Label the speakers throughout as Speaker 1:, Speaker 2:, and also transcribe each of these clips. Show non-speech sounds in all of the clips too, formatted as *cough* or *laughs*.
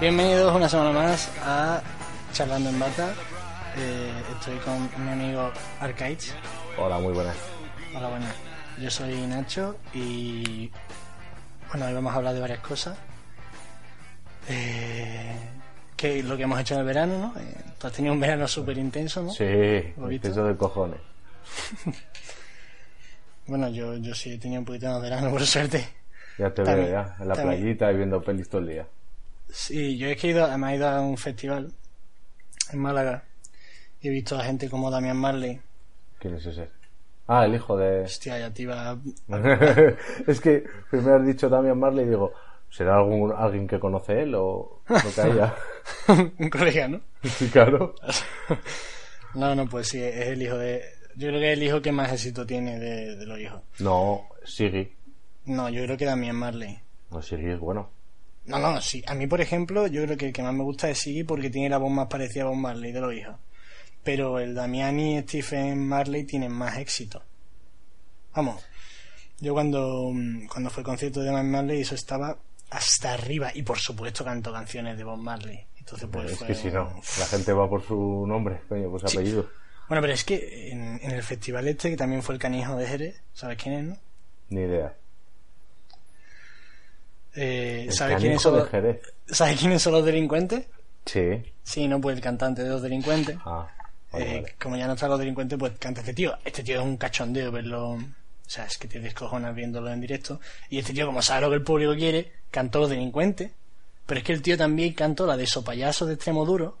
Speaker 1: Bienvenidos una semana más a Charlando en Bata. Eh, estoy con mi amigo Arcaids.
Speaker 2: Hola, muy buenas.
Speaker 1: Hola, buenas. Yo soy Nacho y. Bueno, hoy vamos a hablar de varias cosas. Eh, que lo que hemos hecho en el verano, ¿no? Eh, tú has tenido un verano súper intenso, ¿no?
Speaker 2: Sí,
Speaker 1: Bonito.
Speaker 2: eso de cojones.
Speaker 1: Bueno, yo, yo sí he tenido un poquito más de verano, *laughs* por suerte.
Speaker 2: Ya te
Speaker 1: También,
Speaker 2: veo ya, en la
Speaker 1: también.
Speaker 2: playita y viendo pelis todo el día.
Speaker 1: Sí, yo es que he ido, además he ido a un festival en Málaga y he visto a gente como Damián Marley.
Speaker 2: ¿Quién es ese? Ah, el hijo de...
Speaker 1: Hostia, ya te iba *laughs* a-
Speaker 2: *laughs* es que primero has dicho Damian Marley y digo, ¿será algún, alguien que conoce él o lo que
Speaker 1: *laughs*
Speaker 2: haya?
Speaker 1: un colega, ¿no?
Speaker 2: sí, claro.
Speaker 1: No, no, pues sí, es el hijo de... Yo creo que es el hijo que más éxito tiene de, de los hijos.
Speaker 2: No, Sigi.
Speaker 1: No, yo creo que Damián Marley.
Speaker 2: No, Sigi es bueno.
Speaker 1: No, no, sí. A mí, por ejemplo, yo creo que el que más me gusta es Siggy porque tiene la voz más parecida a Bob Marley de los hijos. Pero el Damián y Stephen Marley tienen más éxito. Vamos. Yo cuando, mm, cuando fue el concierto de Damián Marley, eso estaba hasta arriba. Y por supuesto canto canciones de Bob Marley. Entonces, pues
Speaker 2: es
Speaker 1: fue
Speaker 2: que si no,
Speaker 1: un-
Speaker 2: la gente va por su nombre, coño, por su apellido.
Speaker 1: Bueno, pero es que en, en el festival este, que también fue el canijo de Jerez, ¿sabes quién es, no?
Speaker 2: Ni idea.
Speaker 1: Eh,
Speaker 2: El
Speaker 1: ¿Sabes
Speaker 2: canijo
Speaker 1: quiénes son
Speaker 2: de
Speaker 1: los-
Speaker 2: Jerez.
Speaker 1: ¿Sabes quiénes son los delincuentes?
Speaker 2: Sí.
Speaker 1: Sí, no, pues el cantante de los delincuentes.
Speaker 2: Ah, vale,
Speaker 1: Eh,
Speaker 2: vale.
Speaker 1: Como ya no están los delincuentes, pues canta este tío. Este tío es un cachondeo verlo. O sea, es que te descojonas viéndolo en directo. Y este tío, como sabe lo que el público quiere, cantó los delincuentes. Pero es que el tío también cantó la de Sopayaso de Extremo Duro.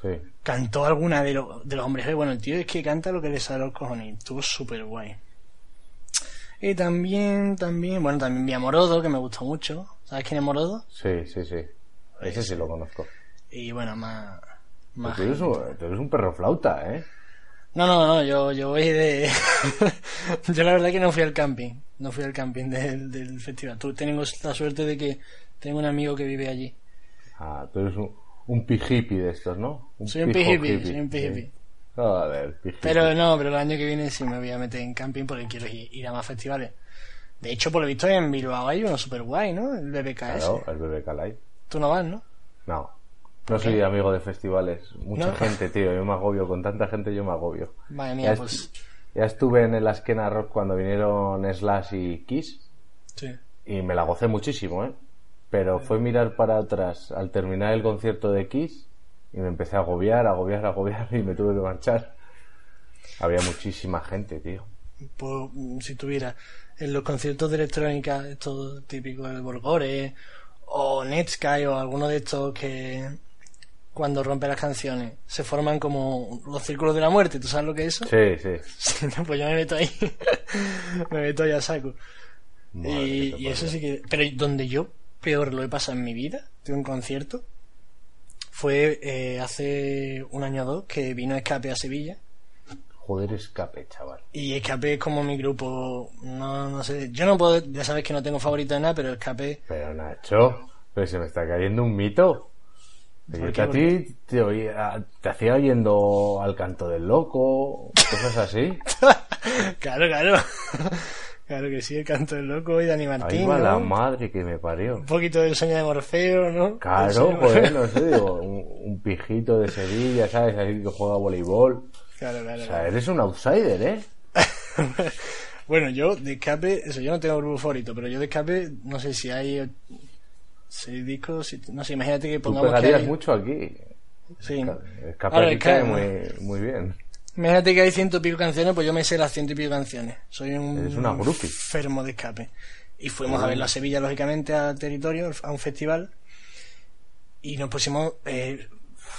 Speaker 2: Sí.
Speaker 1: Cantó alguna de, los de los hombres G. Bueno, el tío es que canta lo que le sale a los cojones. y Estuvo súper guay. Y también, también, bueno, también vi a Morodo, que me gustó mucho. ¿Sabes quién es Morodo?
Speaker 2: Sí, sí, sí. Ese sí lo conozco.
Speaker 1: Y bueno, más.
Speaker 2: Pero
Speaker 1: más
Speaker 2: Tú eres, un, eh, tú eres un perro flauta, ¿eh?
Speaker 1: No, no, no, yo, yo voy de... *laughs* yo la verdad que no fui al camping, no fui al camping del, del festival. Tú, tengo la suerte de que tengo un amigo que vive allí.
Speaker 2: Ah, tú eres un, un pijipi de estos, ¿no? Un
Speaker 1: Soy un
Speaker 2: pijo
Speaker 1: pijipi,
Speaker 2: hippie,
Speaker 1: soy un
Speaker 2: sí.
Speaker 1: pijipi.
Speaker 2: Joder, pijipi.
Speaker 1: Pero no, pero el año que viene sí me voy a meter en camping porque quiero ir, ir a más festivales. De hecho, por lo visto en Bilbao hay uno super guay, ¿no? El BBKS.
Speaker 2: Claro, el bebé Calai.
Speaker 1: Tú no vas, ¿no?
Speaker 2: No. No soy amigo de festivales. Mucha
Speaker 1: No.
Speaker 2: gente, tío. Yo me agobio. Con tanta gente yo me agobio.
Speaker 1: Madre mía,
Speaker 2: Ya
Speaker 1: pues...
Speaker 2: Ya estuve en el Askena Rock cuando vinieron Slash y Kiss.
Speaker 1: Sí.
Speaker 2: Y me la gocé muchísimo, ¿eh? Pero fue mirar para atrás al terminar el concierto de Kiss y me empecé a agobiar, a agobiar, a agobiar *laughs* y me tuve que marchar. Había muchísima gente, tío.
Speaker 1: pues, mm, si tuviera en los conciertos de electrónica, estos típicos el Borgore o Netsky o alguno de estos que cuando rompe las canciones se forman como los círculos de la muerte, ¿tú sabes lo que es eso?
Speaker 2: Sí, sí.
Speaker 1: *laughs* Sí, no, pues yo me meto ahí, *laughs* me meto ya saco.
Speaker 2: Madre
Speaker 1: y
Speaker 2: que te
Speaker 1: y eso sí
Speaker 2: parió.
Speaker 1: que... Pero donde yo peor lo he pasado en mi vida, de un concierto, fue eh, hace un año o dos que vino Escape a Sevilla.
Speaker 2: Joder, escape, chaval.
Speaker 1: Y Escape es como mi grupo, no, no sé, yo no puedo, ya sabes que no tengo favorito de nada, pero
Speaker 2: *laughs*
Speaker 1: Escape,
Speaker 2: Pero Nacho, pero se me está cayendo un mito. Yo
Speaker 1: ¿Por
Speaker 2: que
Speaker 1: qué?
Speaker 2: a ti te, oía- te hacía oyendo al canto del loco,
Speaker 1: *laughs*
Speaker 2: cosas así.
Speaker 1: claro, claro, *laughs* claro que sí, el canto del loco y Dani
Speaker 2: Ahí
Speaker 1: Martín,
Speaker 2: va la
Speaker 1: ¿no?
Speaker 2: madre que me parió.
Speaker 1: un poquito del sueño de Morfeo, ¿no? El sueño
Speaker 2: Claro,
Speaker 1: de
Speaker 2: pues
Speaker 1: Morfeo.
Speaker 2: no sé, digo, un, un pijito de Sevilla, ¿sabes? Ahí que juega voleibol.
Speaker 1: Claro,
Speaker 2: O
Speaker 1: claro,
Speaker 2: sea,
Speaker 1: claro.
Speaker 2: eres un outsider, ¿eh?
Speaker 1: *laughs* Bueno, yo de Escape, eso, yo no tengo grupo favorito, pero yo de Escape, no sé si hay seis discos, si- no sé, imagínate que
Speaker 2: Tú
Speaker 1: pongamos que
Speaker 2: pegarías
Speaker 1: hay...
Speaker 2: mucho aquí.
Speaker 1: Sí.
Speaker 2: Escape
Speaker 1: Ahora,
Speaker 2: aquí
Speaker 1: escape,
Speaker 2: cae muy, muy bien.
Speaker 1: Imagínate que hay ciento y pico canciones, pues yo me sé las ciento y pico canciones. Soy un
Speaker 2: Eres una groupie.
Speaker 1: enfermo de escape. Y fuimos a verlo a Sevilla, lógicamente, a territorio, a un festival. Y nos pusimos, eh,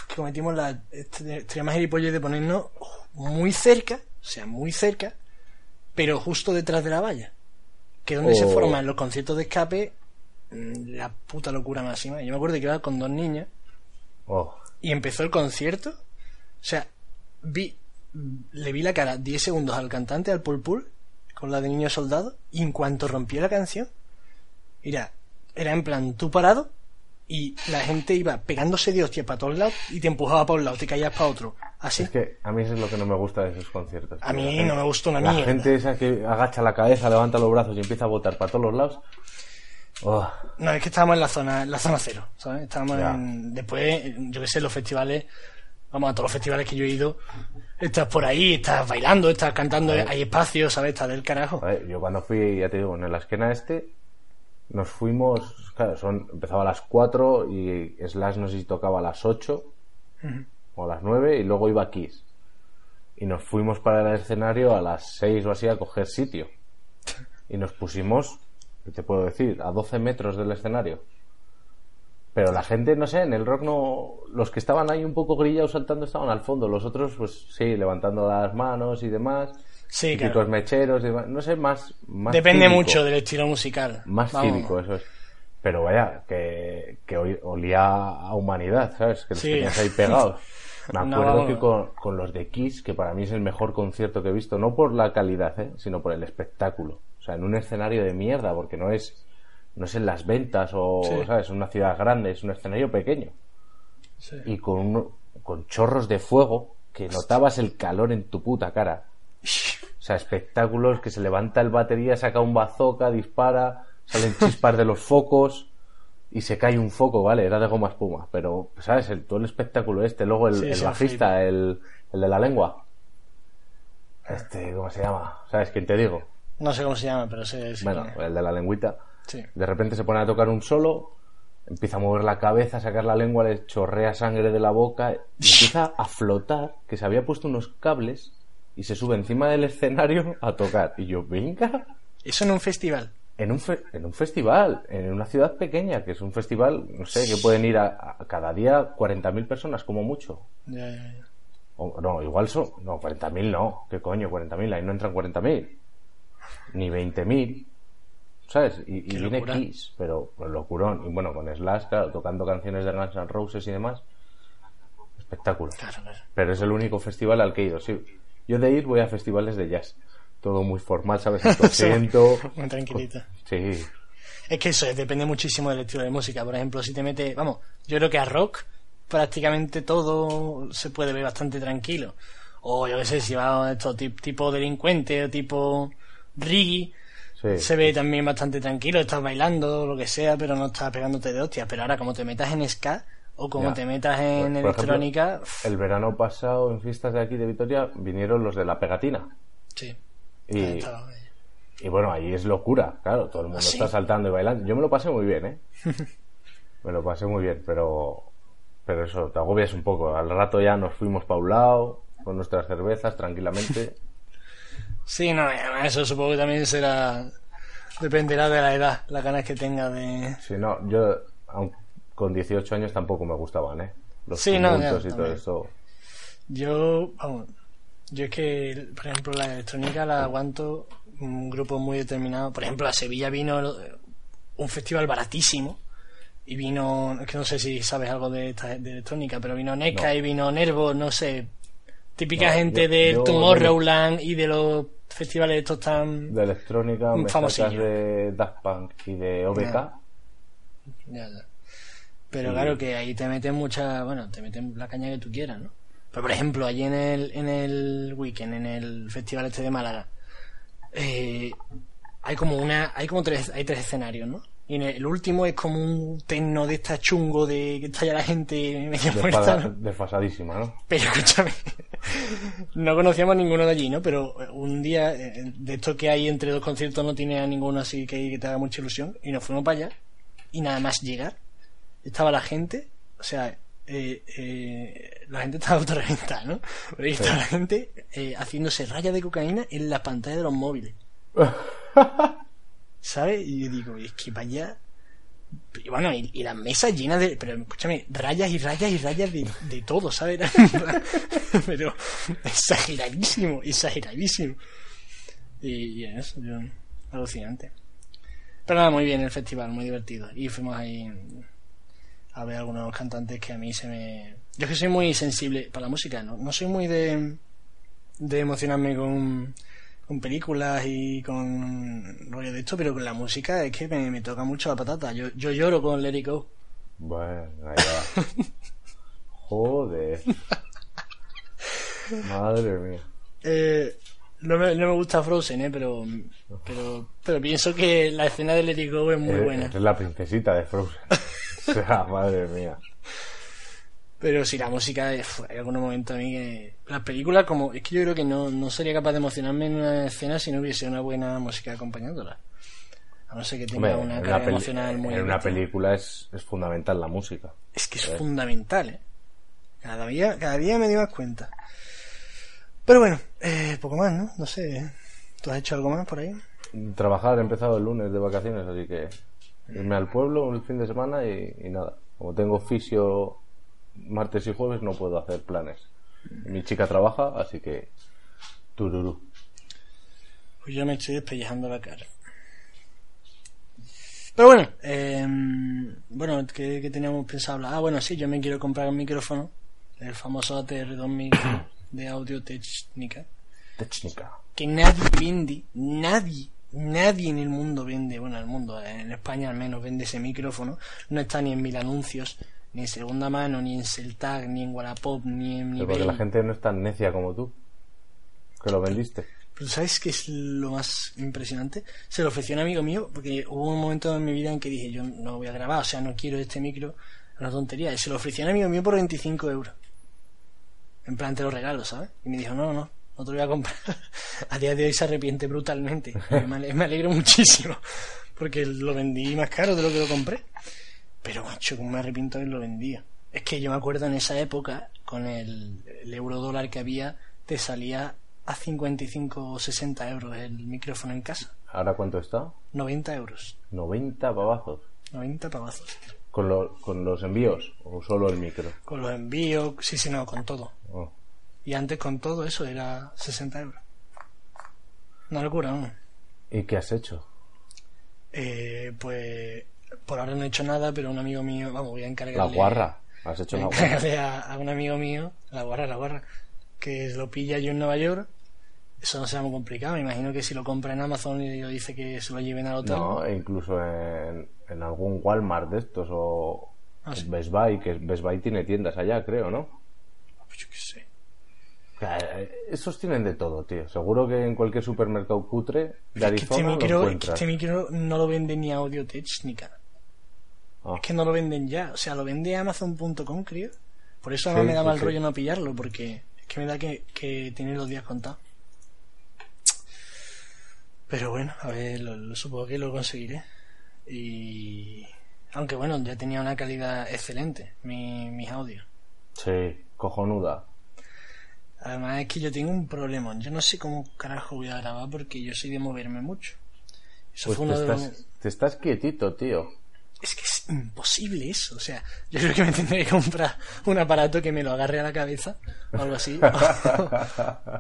Speaker 1: que cometimos la este- extrema gilipollez de ponernos muy cerca, o sea, muy cerca, pero justo detrás de la valla. Que es donde se
Speaker 2: Oh.
Speaker 1: forman los conciertos de escape, mm, la puta locura máxima. Yo me acuerdo que iba con dos niñas
Speaker 2: Oh,
Speaker 1: y empezó el concierto. O sea, vi, le vi la cara 10 segundos al cantante, al Pulpul, con la de Niño Soldado, y en cuanto rompió la canción, era, era en plan tú parado, y la gente iba pegándose de hostia para todos lados, y te empujaba para un lado, te caías para otro. Así.
Speaker 2: es que a mí eso es lo que no me gusta de esos conciertos.
Speaker 1: A mí
Speaker 2: La gente-
Speaker 1: no me gusta una
Speaker 2: La
Speaker 1: mierda.
Speaker 2: gente esa que agacha la cabeza, levanta los brazos y empieza a botar para todos los lados. Oh,
Speaker 1: No, es que estábamos en la zona, en la zona cero, ¿sabes? Estábamos
Speaker 2: Ya.
Speaker 1: en. Después, yo qué sé, los festivales. Vamos, a todos los festivales que yo he ido, estás por ahí, estás bailando, estás cantando, hay espacio, ¿sabes? Estás del carajo.
Speaker 2: joder, yo cuando fui, ya te digo, en la esquina este, nos fuimos, claro, son, empezaba a las 4 y Slash no sé si tocaba a las 8
Speaker 1: Ujú.
Speaker 2: o a las 9 y luego iba Kiss. Y nos fuimos para el escenario a las 6 o así a coger sitio. Y nos pusimos, ¿qué te puedo decir? A 12 metros del escenario. Pero la gente, no sé, en el rock no... Los que estaban ahí un poco grillados saltando estaban al fondo. Los otros, pues sí, levantando las manos y demás.
Speaker 1: Sí,
Speaker 2: Típicos
Speaker 1: claro.
Speaker 2: mecheros, y demás. no sé, más... más
Speaker 1: Depende
Speaker 2: cívico.
Speaker 1: mucho del estilo musical.
Speaker 2: Más
Speaker 1: Vamos.
Speaker 2: cívico, eh. eso es. Pero vaya, que, que hoy olía a humanidad, ¿sabes? Que los
Speaker 1: Sí.
Speaker 2: tenías ahí
Speaker 1: *laughs*
Speaker 2: pegados. Me
Speaker 1: No,
Speaker 2: acuerdo
Speaker 1: vamos.
Speaker 2: que con, con los de Kiss, que para mí es el mejor concierto que he visto, no por la calidad, ¿eh? sino por el espectáculo. O sea, en un escenario de mierda, porque no es, no es en las ventas o,
Speaker 1: Sí.
Speaker 2: ¿sabes? Una ciudad grande, es un escenario pequeño.
Speaker 1: Sí.
Speaker 2: Y con, uno- con chorros de fuego que notabas el calor en tu puta cara. O sea, espectáculos que se levanta el batería, saca un bazooka, dispara, salen chispas de los focos y se cae un foco, ¿vale? Era de goma espuma, pero, ¿sabes? El, todo el espectáculo este, luego el,
Speaker 1: Sí,
Speaker 2: el
Speaker 1: sí,
Speaker 2: bajista, el, el de la lengua. Este, ¿cómo se llama? ¿Sabes quién te digo?
Speaker 1: No sé cómo se llama, pero sé. sé
Speaker 2: Bueno, eh.
Speaker 1: quién es.
Speaker 2: el de la lengüita.
Speaker 1: Sí.
Speaker 2: De repente se pone a tocar un solo, empieza a mover la cabeza, a sacar la lengua, le chorrea sangre de la boca y empieza a flotar, que se había puesto unos cables y se sube encima del escenario a tocar. Y yo, venga,
Speaker 1: Eso en un festival.
Speaker 2: en un, fe- en un festival, en una ciudad pequeña, que es un festival, no sé, que pueden ir a, a cada día 40.000 personas como mucho.
Speaker 1: Ya, ya, ya.
Speaker 2: O- no, igual son. No, 40.000 no. ¿Qué coño? 40.000. Ahí no entran 40.000. Ni 20.000. ¿Sabes? Y,
Speaker 1: Qué
Speaker 2: y viene
Speaker 1: locura.
Speaker 2: Kiss, pero pues, locurón. Y bueno, con Slash, claro, tocando canciones de Guns N' Roses y demás. Espectáculo.
Speaker 1: Claro, claro.
Speaker 2: Pero es el único festival al que he ido, sí. Yo de ir voy a festivales de jazz. Todo muy
Speaker 1: *laughs*
Speaker 2: formal, ¿sabes? El siento.
Speaker 1: Muy tranquilito.
Speaker 2: Sí.
Speaker 1: Es que eso es, depende muchísimo del estilo de música. Por ejemplo, si te metes, vamos, yo creo que a rock prácticamente todo se puede ver bastante tranquilo. O yo qué sé, si va a esto ti- tipo delincuente o tipo reggae,
Speaker 2: Sí.
Speaker 1: se ve también bastante tranquilo, estás bailando, lo que sea, pero no estás pegándote de hostias. Pero ahora, como te metas en ska o como
Speaker 2: Ya.
Speaker 1: te metas
Speaker 2: Por-
Speaker 1: en
Speaker 2: por
Speaker 1: electrónica, pf,
Speaker 2: El verano pasado, en fiestas de aquí de Vitoria, vinieron los de la pegatina.
Speaker 1: sí.
Speaker 2: Y,
Speaker 1: Ahí está.
Speaker 2: Y bueno, ahí es locura, claro, todo el mundo
Speaker 1: Ah, sí.
Speaker 2: está saltando y bailando. Yo me lo pasé muy
Speaker 1: *laughs*
Speaker 2: bien, ¿eh? me lo pasé muy bien, pero pero eso, te agobias un poco. Al rato ya nos fuimos pa' un lado, con nuestras cervezas,
Speaker 1: *laughs*
Speaker 2: tranquilamente.
Speaker 1: Sí, no, además eso supongo que también será. Dependerá de la edad, las ganas que tenga de.
Speaker 2: si no, yo aun- con 18 años tampoco me gustaban, ¿eh? Los
Speaker 1: Sí, no, ya,
Speaker 2: tumultos y todo
Speaker 1: también.
Speaker 2: eso.
Speaker 1: Yo, vamos, yo es que, por ejemplo, la electrónica la aguanto un grupo muy determinado. Por ejemplo, a Sevilla vino el- un festival baratísimo y vino, es que no sé si sabes algo de, esta, de electrónica, pero vino Nesca
Speaker 2: No.
Speaker 1: y vino Nervo, no sé, típica
Speaker 2: No,
Speaker 1: gente
Speaker 2: yo-
Speaker 1: del
Speaker 2: yo-
Speaker 1: Tomorrowland y de los festivales estos tan...
Speaker 2: De electrónica,
Speaker 1: Un
Speaker 2: me
Speaker 1: famosillo.
Speaker 2: sacas de Daft Punk y de OBK.
Speaker 1: Ya. Ya, ya. Pero claro que ahí te meten mucha, bueno, te meten la caña que tú quieras, ¿no? Pero por ejemplo, allí en el, en el weekend, en el festival este de Málaga, eh, hay como una, hay como tres, hay tres escenarios, ¿no? Y en el, el último es como un tecno de esta chungo de que está ya la gente medio muerta,
Speaker 2: Desfada-
Speaker 1: ¿no?
Speaker 2: Desfasadísima, ¿no?
Speaker 1: Pero escúchame, no conocíamos ninguno de allí, ¿no? Pero un día, eh, de esto que hay entre dos conciertos, no tiene a ninguno así que, que te haga mucha ilusión. Y nos fuimos para allá. Y nada más llegar, estaba la gente, o sea, eh, eh, la gente estaba *laughs* autorreventada, ¿no? Pero ahí estaba la gente eh, haciéndose rayas de cocaína en la pantalla de los móviles. ¿Sabes? Y yo digo, es que vaya. Y bueno, y, y las mesas llenas de. Pero escúchame, rayas y rayas y rayas de, de todo, ¿sabes? *laughs* pero exageradísimo, exageradísimo. Y, y eso, yo, alucinante. Pero nada, muy bien el festival, muy divertido. Y fuimos ahí a ver algunos cantantes que a mí se me. Yo es que soy muy sensible para la música, ¿no? No soy muy de. de emocionarme con. con películas y con. rollo de esto, pero con la música es que me, me toca mucho la patata. Yo, yo lloro con Let It Go.
Speaker 2: Bueno,
Speaker 1: *laughs*
Speaker 2: ahí va. Joder. Madre mía.
Speaker 1: Eh, No me, no me gusta Frozen, ¿eh? pero, pero, pero pienso que la escena de Let It Go es muy
Speaker 2: Es-
Speaker 1: buena.
Speaker 2: Eh, Es la princesita de
Speaker 1: *laughs*
Speaker 2: Frozen. o sea, madre mía.
Speaker 1: Pero si la música, eh, fue, hay algunos momentos a mí que. Las películas, como. Es que yo creo que no, no sería capaz de emocionarme en una escena si no hubiese una buena música acompañándola. A no ser que tenga
Speaker 2: Hombre,
Speaker 1: una
Speaker 2: en,
Speaker 1: carga
Speaker 2: una peli-
Speaker 1: emocional muy.
Speaker 2: en una
Speaker 1: alta.
Speaker 2: película es, es fundamental la música.
Speaker 1: Es que es fundamental, ¿eh? Cada día, cada día me doy más cuenta. Pero bueno, eh, poco más, ¿no? No sé. ¿eh? ¿Tú has hecho algo más por ahí?
Speaker 2: Trabajar, he empezado el lunes de vacaciones, así que irme al pueblo el fin de semana y, y nada. Como tengo fisio martes y jueves, no puedo hacer planes. Mi chica trabaja, así que tururú.
Speaker 1: Pues yo me estoy despellejando la cara. Pero bueno, eh, bueno, ¿qué, qué teníamos pensado hablar? Ah, bueno, sí, yo me quiero comprar un micrófono, el famoso ATR2000 *coughs* de Audio Técnica,
Speaker 2: Técnica.
Speaker 1: que nadie vende, nadie, nadie en el mundo vende, bueno, en el mundo, eh, en España al menos vende ese micrófono, no está ni en mil anuncios, ni en segunda mano, ni en Seltag, ni en Wallapop, ni en
Speaker 2: Pero
Speaker 1: eBay.
Speaker 2: porque la gente no es tan necia como tú, que lo vendiste.
Speaker 1: Pero ¿sabes qué es lo más impresionante? Se lo ofreció un amigo mío, porque hubo un momento en mi vida en que dije, yo no voy a grabar, o sea, no quiero este micro, una tontería. Y se lo ofreció un amigo mío por 25 euros. En plan, te lo regalo, ¿sabes? Y me dijo, no, no, no te lo voy a comprar. *laughs* a día de hoy se arrepiente brutalmente. Me, ale- me alegro muchísimo, porque lo vendí más caro de lo que lo compré. Pero, macho, cómo me arrepiento de haberlo vendido. Es que yo me acuerdo en esa época, con el, el euro dólar que había, te salía a 55 o 60 euros el micrófono en casa.
Speaker 2: ¿Ahora cuánto está?
Speaker 1: 90 euros.
Speaker 2: 90 pavazos.
Speaker 1: 90 pavazos.
Speaker 2: ¿Con, lo- ¿Con los envíos o solo el micro?
Speaker 1: Con los envíos, sí, sí, no, con todo.
Speaker 2: Oh.
Speaker 1: Y antes con todo eso era 60 euros. Una locura, ¿no?
Speaker 2: ¿Y qué has hecho?
Speaker 1: Eh, pues por ahora no he hecho nada, pero un amigo mío, vamos, voy a
Speaker 2: La
Speaker 1: encargarle.
Speaker 2: guarra.
Speaker 1: eh,
Speaker 2: Has hecho
Speaker 1: Me *laughs*
Speaker 2: una guarra.
Speaker 1: encargué a, a un amigo mío, la guarra, la guarra, que lo pilla yo en Nueva York. Eso no será muy complicado. Me imagino que si lo compra en Amazon y lo dice que se lo lleven al hotel.
Speaker 2: No, e incluso en, en algún Walmart de estos o
Speaker 1: Ah, sí.
Speaker 2: Best Buy, que Best Buy tiene tiendas allá, creo, ¿no?
Speaker 1: Pues yo qué sé.
Speaker 2: O sea, eh, Esos tienen de todo, tío. Seguro que en cualquier supermercado cutre de
Speaker 1: Es que este
Speaker 2: Arizona lo
Speaker 1: micro, es que
Speaker 2: encuentras.
Speaker 1: este micro no lo vende ni Audiotech ni nada.
Speaker 2: Ah.
Speaker 1: Es que no lo venden ya. O sea, lo vende Amazon.com, creo. Por eso además
Speaker 2: Sí,
Speaker 1: me da
Speaker 2: sí,
Speaker 1: mal
Speaker 2: sí.
Speaker 1: rollo no pillarlo, porque es que me da que, que tiene los días contados. Pero bueno, a ver, lo, lo- supongo que lo conseguiré. Y. Aunque bueno, ya tenía una calidad excelente mi- mis audios.
Speaker 2: Sí, cojonuda.
Speaker 1: Además es que yo tengo un problema. Yo no sé cómo carajo voy a grabar porque yo soy de moverme mucho. Eso
Speaker 2: Pues
Speaker 1: fue
Speaker 2: te
Speaker 1: uno de los-
Speaker 2: estás, te estás quietito,
Speaker 1: *laughs*
Speaker 2: tío. *laughs*
Speaker 1: Es que es imposible eso. O sea, yo creo que me tendré que comprar un aparato que me lo agarre a la cabeza o algo
Speaker 2: *laughs*
Speaker 1: así.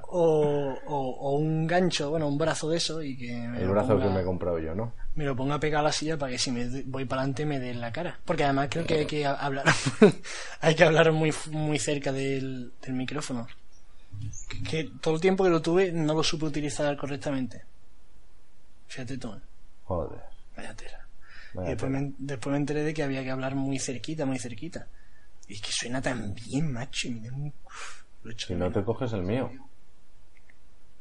Speaker 1: o, o- o un gancho, bueno, un brazo de eso y que me,
Speaker 2: El
Speaker 1: lo
Speaker 2: brazo que
Speaker 1: ponga-
Speaker 2: me he comprado yo, ¿no?
Speaker 1: me lo ponga pegado a la silla para que si me doy- voy para adelante me dé en la cara. Porque además creo que hay que ha- hablar, *laughs* hay que hablar muy, f- muy cerca del, del micrófono. Que, que todo el tiempo que lo tuve no lo supe utilizar correctamente. Fíjate tú,
Speaker 2: Joder.
Speaker 1: vaya tela.
Speaker 2: vaya
Speaker 1: Y después me, después me enteré de que había que hablar muy cerquita, muy cerquita. Y que suena tan bien, macho. y me da un- uf, lo he hecho
Speaker 2: Si
Speaker 1: de
Speaker 2: no
Speaker 1: menos.
Speaker 2: te coges el mío.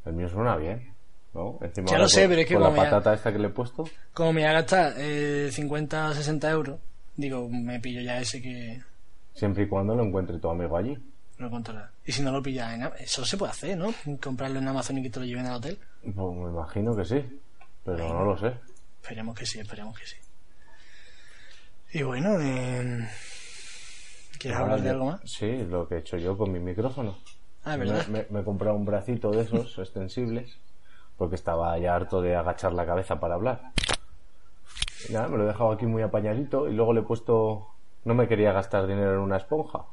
Speaker 2: El mío suena bien, ¿no? Encima
Speaker 1: Ya
Speaker 2: ahora
Speaker 1: lo sé,
Speaker 2: con-
Speaker 1: pero es que
Speaker 2: con la
Speaker 1: como ya-
Speaker 2: patata esta que le he puesto,
Speaker 1: Como me ha gastado eh, 50 o 60 euros, digo, me pillo ya ese que
Speaker 2: siempre y cuando lo encuentre tu amigo allí.
Speaker 1: lo controla. Y si no lo pillas en Am- Eso se puede hacer, ¿no? Comprarlo en Amazon y que te lo lleven al hotel.
Speaker 2: Pues me imagino que sí, pero no lo sé.
Speaker 1: Esperemos que sí, esperemos que sí. Y bueno, eh, ¿quieres hablar de
Speaker 2: Ahora
Speaker 1: algo
Speaker 2: yo-
Speaker 1: más?
Speaker 2: Sí, lo que he hecho yo con mi micrófono.
Speaker 1: Ah,
Speaker 2: Me-
Speaker 1: ¿verdad?
Speaker 2: Me, me he comprado un bracito
Speaker 1: *laughs*
Speaker 2: de esos extensibles porque estaba ya harto de agachar la cabeza para hablar. Y nada, me lo he dejado aquí muy apañadito y luego le he puesto... No me quería gastar dinero en una esponja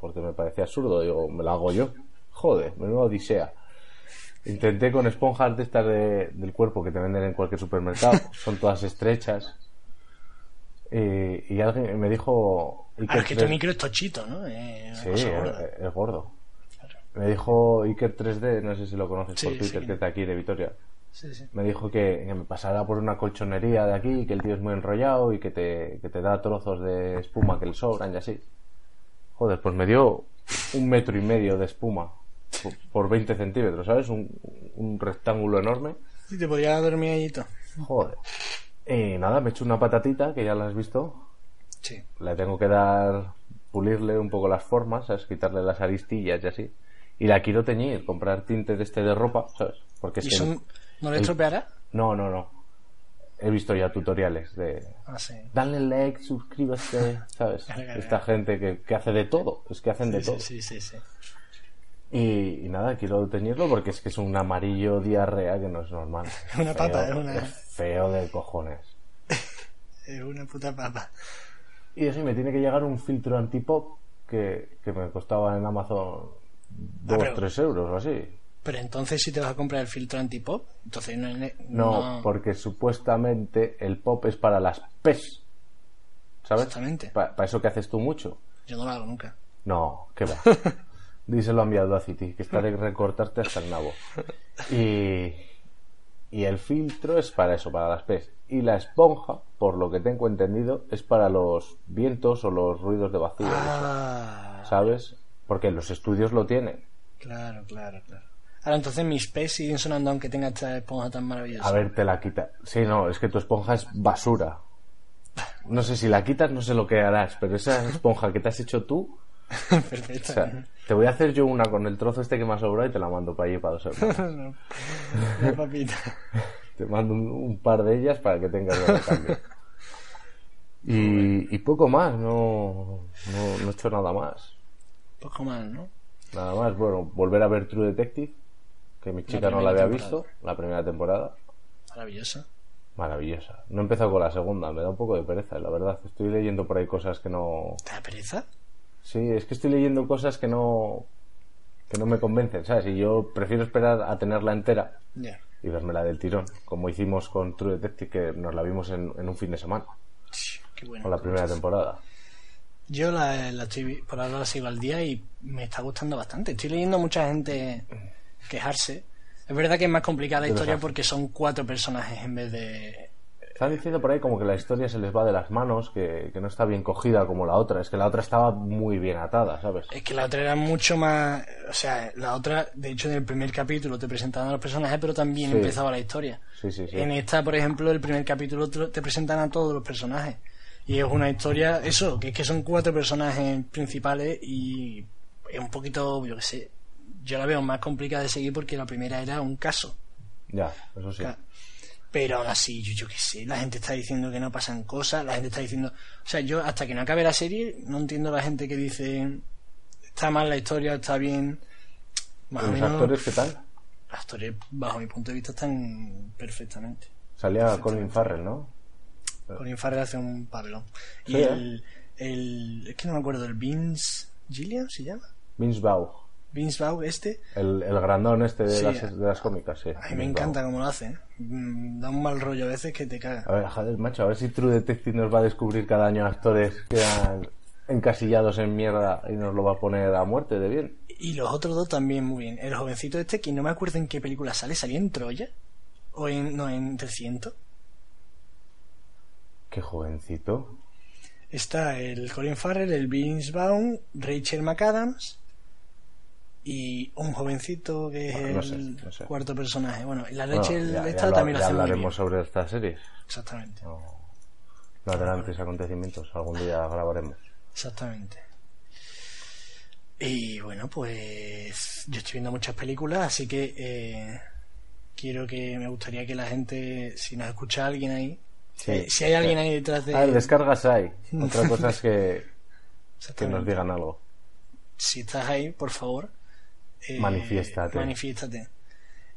Speaker 2: porque me parecía absurdo. Digo, me la hago yo. Joder, menuda odisea. Intenté con esponjas de estas de- del cuerpo que te venden en cualquier supermercado.
Speaker 1: *laughs*
Speaker 2: Son todas estrechas. Y, y alguien me dijo...
Speaker 1: Ah, es que tu
Speaker 2: Iker,
Speaker 1: micro es tochito, ¿no? Eh, una
Speaker 2: Sí, es,
Speaker 1: cosa gorda.
Speaker 2: es gordo.
Speaker 1: Claro.
Speaker 2: Me dijo Iker 3D, no sé si lo conoces
Speaker 1: Sí,
Speaker 2: por
Speaker 1: sí
Speaker 2: Twitter,
Speaker 1: que-
Speaker 2: que está aquí de Vitoria.
Speaker 1: Sí, sí.
Speaker 2: Me dijo que, que me pasara por una colchonería de aquí, que el tío es muy enrollado y que te, que te da trozos de espuma que le sobran y así. Joder, pues me dio un metro y medio de espuma. por 20 centímetros, ¿sabes? Un, un rectángulo enorme.
Speaker 1: Y te podría dormir allito.
Speaker 2: Joder. Y nada, me he hecho una patatita, que ya la has visto.
Speaker 1: Sí.
Speaker 2: Le tengo que dar, pulirle un poco las formas, ¿sabes? Quitarle las aristillas y así. Y la quiero teñir, comprar tinte de este de ropa, ¿sabes? Porque es
Speaker 1: ¿Y
Speaker 2: que-
Speaker 1: son... no le
Speaker 2: el-
Speaker 1: estropeará?
Speaker 2: No, no, no. He visto ya tutoriales de...
Speaker 1: Ah, sí.
Speaker 2: Dale like, suscríbete, ¿sabes? Esta gente que, que hace de todo, es que hacen de
Speaker 1: Sí,
Speaker 2: todo.
Speaker 1: sí, sí, sí, sí.
Speaker 2: Y, y nada, quiero teñirlo porque es que es un amarillo diarrea que no es normal. Es
Speaker 1: *laughs* una papa, es una-
Speaker 2: feo de cojones.
Speaker 1: Es una puta papa.
Speaker 2: Y eso, y me tiene que llegar un filtro antipop que, que me costaba en Amazon
Speaker 1: Ah,
Speaker 2: 2
Speaker 1: pero-
Speaker 2: 3 euros o así.
Speaker 1: Pero entonces si te vas a comprar el filtro antipop, entonces no...
Speaker 2: No,
Speaker 1: no-
Speaker 2: porque supuestamente el pop es para las PES. ¿Sabes?
Speaker 1: Exactamente.
Speaker 2: Para eso que haces tú mucho.
Speaker 1: Yo no lo hago nunca.
Speaker 2: No,
Speaker 1: *laughs*
Speaker 2: que va. Díselo a mi Audacity, que está de recortarte hasta el nabo. Y, y el filtro es para eso, para las pez. Y la esponja, por lo que tengo entendido, es para los vientos o los ruidos de vacío,
Speaker 1: Ah,
Speaker 2: ¿sabes? Porque los estudios lo tienen.
Speaker 1: claro, claro, claro. Ahora entonces mis pés siguen sonando aunque tenga esta esponja tan maravillosa.
Speaker 2: A ver, te la quita. Sí, no, es que tu esponja es basura. No sé si la quitas, no sé lo que harás, pero esa esponja que te has hecho tú,
Speaker 1: *laughs* Perfecto.
Speaker 2: o sea, te voy a hacer yo una con el trozo este que me ha sobrado y te la mando para allí para dos hermanos.
Speaker 1: No, no, papita.
Speaker 2: Te mando un, un par de ellas para que tengas algo a cambio. Y, y poco más, no, no, no he hecho nada más.
Speaker 1: Poco más, ¿no?
Speaker 2: Nada más, bueno, volver a ver True Detective, que mi chica no la
Speaker 1: primera
Speaker 2: había
Speaker 1: temporada.
Speaker 2: visto, la primera temporada.
Speaker 1: Maravillosa.
Speaker 2: Maravillosa. No he empezado con la segunda, me da un poco de pereza, la verdad. Estoy leyendo por ahí cosas que no...
Speaker 1: ¿Te da pereza?
Speaker 2: Sí, es que estoy leyendo cosas que no... que no me convencen, ¿sabes? Y yo prefiero esperar a tenerla entera
Speaker 1: Ya.
Speaker 2: y vermela del tirón, como hicimos con True Detective, que nos la vimos en, en un fin de semana.
Speaker 1: Ch, Qué bueno.
Speaker 2: con la primera temporada.
Speaker 1: Yo la, la estoy, vi- por ahora la sigo al día y me está gustando bastante. Estoy leyendo mucha gente quejarse. Es verdad que es más complicada la
Speaker 2: Pero
Speaker 1: historia
Speaker 2: sabe.
Speaker 1: porque son cuatro personajes en vez de...
Speaker 2: Están diciendo por ahí como que la historia se les va de las manos, que, que no está bien cogida como la otra. Es que la otra estaba muy bien atada, ¿sabes?
Speaker 1: Es que la otra era mucho más... O sea, la otra, de hecho, en el primer capítulo te presentaban a los personajes, pero también
Speaker 2: Sí.
Speaker 1: empezaba la historia.
Speaker 2: Sí, sí, sí.
Speaker 1: En esta, por ejemplo, el primer capítulo te lo- te presentan a todos los personajes. Y es una historia, eso, que es que son cuatro personajes principales y es un poquito, yo qué sé, yo la veo más complicada de seguir porque la primera era un caso.
Speaker 2: Ya, eso sí.
Speaker 1: Claro. Pero ahora sí, yo, yo qué sé, la gente está diciendo que no pasan cosas, la gente está diciendo... O sea, yo hasta que no acabe la serie no entiendo la gente que dice está mal la historia, está bien... Más
Speaker 2: ¿Y
Speaker 1: o
Speaker 2: los
Speaker 1: menos,
Speaker 2: actores qué tal?
Speaker 1: los actores, bajo mi punto de vista, están perfectamente.
Speaker 2: Salía Colin Farrell, ¿no?
Speaker 1: Colin Farrell hace un papelón. Y
Speaker 2: Sí, ¿eh?
Speaker 1: el, el. Es que no me acuerdo, el Vince. ¿Gillian se llama?
Speaker 2: Vince Vaughn,
Speaker 1: Vince Vaughn, este.
Speaker 2: el, el grandón este de,
Speaker 1: Sí.
Speaker 2: las, de las cómicas, sí.
Speaker 1: A mí me
Speaker 2: Vince
Speaker 1: encanta
Speaker 2: Vaughn.
Speaker 1: cómo lo hace. ¿eh? Mm, Da un mal rollo a veces que te caga.
Speaker 2: A ver, joder, macho, a ver si True Detective nos va a descubrir cada año actores que eran encasillados en mierda y nos lo va a poner a muerte de bien.
Speaker 1: Y los otros dos también muy bien. El jovencito este, que no me acuerdo en qué película sale, ¿salía en Troya? ¿O en. no, en 300?
Speaker 2: Qué jovencito.
Speaker 1: Está el Colin Farrell, el Vince Vaughn, Rachel McAdams y un jovencito que es
Speaker 2: Bueno, no sé,
Speaker 1: el
Speaker 2: no sé.
Speaker 1: cuarto personaje. Bueno, y la
Speaker 2: Bueno,
Speaker 1: Rachel
Speaker 2: ya- ya
Speaker 1: esta
Speaker 2: lo-
Speaker 1: también
Speaker 2: ya
Speaker 1: la hace muy bien.
Speaker 2: hablaremos sobre estas series.
Speaker 1: Exactamente.
Speaker 2: No, no adelantes acontecimientos, algún día grabaremos.
Speaker 1: Exactamente. Y bueno, pues yo estoy viendo muchas películas, así que eh, quiero que me gustaría que la gente, si nos escucha alguien ahí,
Speaker 2: Sí.
Speaker 1: eh, si hay alguien ahí detrás de...
Speaker 2: Ah,
Speaker 1: *laughs*
Speaker 2: descargas hay. Otra cosa es que, que
Speaker 1: Exactamente.
Speaker 2: nos digan algo.
Speaker 1: Si estás ahí, por favor, eh,
Speaker 2: Manifiéstate.
Speaker 1: manifiéstate.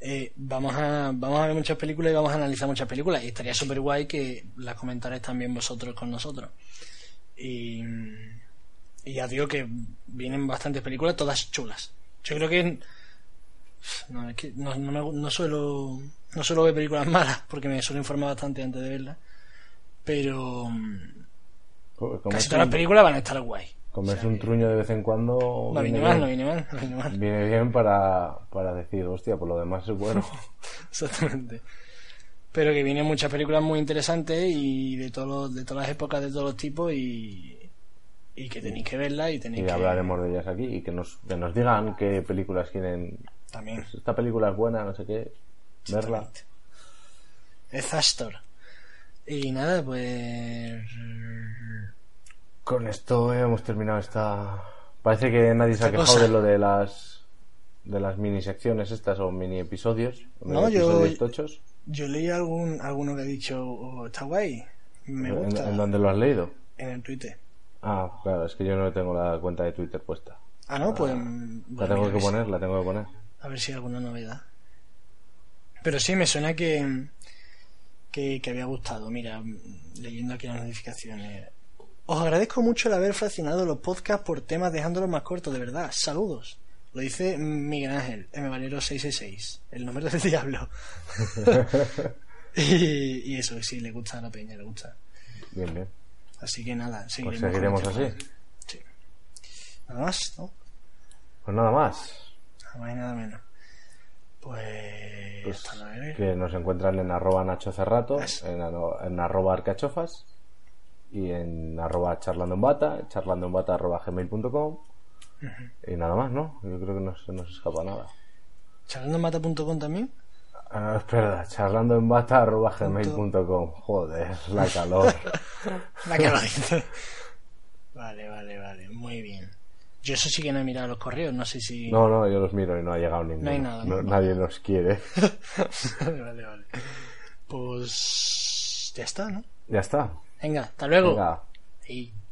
Speaker 1: Eh, vamos, a, vamos a ver muchas películas y vamos a analizar muchas películas. Y estaría súper guay que las comentarais también vosotros con nosotros. Y, y ya digo que vienen bastantes películas, todas chulas. Yo creo que. No, es que no, no me- no suelo, no suelo ver películas *laughs* malas porque me suelo informar bastante antes de verlas. Pero mm,
Speaker 2: Co-
Speaker 1: casi
Speaker 2: Comerse,
Speaker 1: todas las
Speaker 2: un,
Speaker 1: películas van a estar guay.
Speaker 2: comerse un truño de vez en cuando
Speaker 1: No viene mal,
Speaker 2: bien.
Speaker 1: no viene mal, no viene mal.
Speaker 2: Viene bien para, para decir, hostia, por lo demás es
Speaker 1: *laughs*
Speaker 2: bueno.
Speaker 1: Exactamente. Pero que vienen muchas películas muy interesantes y de todos los- de todas las épocas, de todos los tipos y, y que tenéis que verla y tenéis
Speaker 2: Y
Speaker 1: que
Speaker 2: hablaremos de ellas aquí y que nos, que nos digan qué películas quieren.
Speaker 1: también.
Speaker 2: pues, esta película es buena, no sé qué. Verla.
Speaker 1: Es Astor. Y nada, pues
Speaker 2: Con esto hemos terminado esta. Parece que nadie se ha
Speaker 1: Esta
Speaker 2: quejado
Speaker 1: cosa.
Speaker 2: de lo de las de las mini secciones estas o mini episodios. o mini
Speaker 1: No, yo-
Speaker 2: episodios tochos.
Speaker 1: yo leí algún alguno que ha dicho "Oh, está guay, me
Speaker 2: ¿En-
Speaker 1: gusta
Speaker 2: ¿En, dónde lo has leído?
Speaker 1: en el Twitter.
Speaker 2: Ah, claro, es que yo no tengo la cuenta de Twitter puesta.
Speaker 1: Ah, no, pues.
Speaker 2: La
Speaker 1: bueno,
Speaker 2: tengo
Speaker 1: mira,
Speaker 2: que
Speaker 1: a ver si-
Speaker 2: poner, la tengo que poner.
Speaker 1: A ver si hay alguna novedad. Pero sí, me suena que, que, que había gustado. Mira, mm, leyendo aquí las notificaciones. Os agradezco mucho el haber fraccionado los podcasts por temas dejándolos más cortos, de verdad. Saludos. Lo dice Miguel Ángel, M. Valero 666, el número del diablo. *laughs* y, y eso, sí, le gusta a la peña, le gusta.
Speaker 2: Bien, bien.
Speaker 1: Así que nada,
Speaker 2: Pues
Speaker 1: seguiremos, con
Speaker 2: seguiremos
Speaker 1: este
Speaker 2: así.
Speaker 1: plan. Sí. Nada más, ¿no?
Speaker 2: Pues nada más.
Speaker 1: Nada más y nada menos. Pues,
Speaker 2: Pues,
Speaker 1: hasta luego.
Speaker 2: que nos encuentran en arroba Nacho Cerrato,
Speaker 1: Eso.
Speaker 2: en, ano- en arroba Arcachofas y en arroba charlando en bata, charlando en bata arroba gmail.com y nada más, ¿no? Yo creo que no se nos escapa nada.
Speaker 1: charlandomata.com también.
Speaker 2: Ah, no, es verdad, charlando en bata arroba gmail.com. Joder,
Speaker 1: *laughs*
Speaker 2: la calor.
Speaker 1: La que lo dice. *laughs* Vale, vale, vale. Muy bien. Yo eso sí que no he mirado los correos, no sé si.
Speaker 2: No, no, yo los miro y no ha llegado ninguno.
Speaker 1: No hay nada, ¿no?
Speaker 2: nadie los quiere.
Speaker 1: vale, *laughs* vale, vale. Pues. Ya está, ¿no?
Speaker 2: Ya está.
Speaker 1: Venga, hasta luego.
Speaker 2: Venga.
Speaker 1: Y-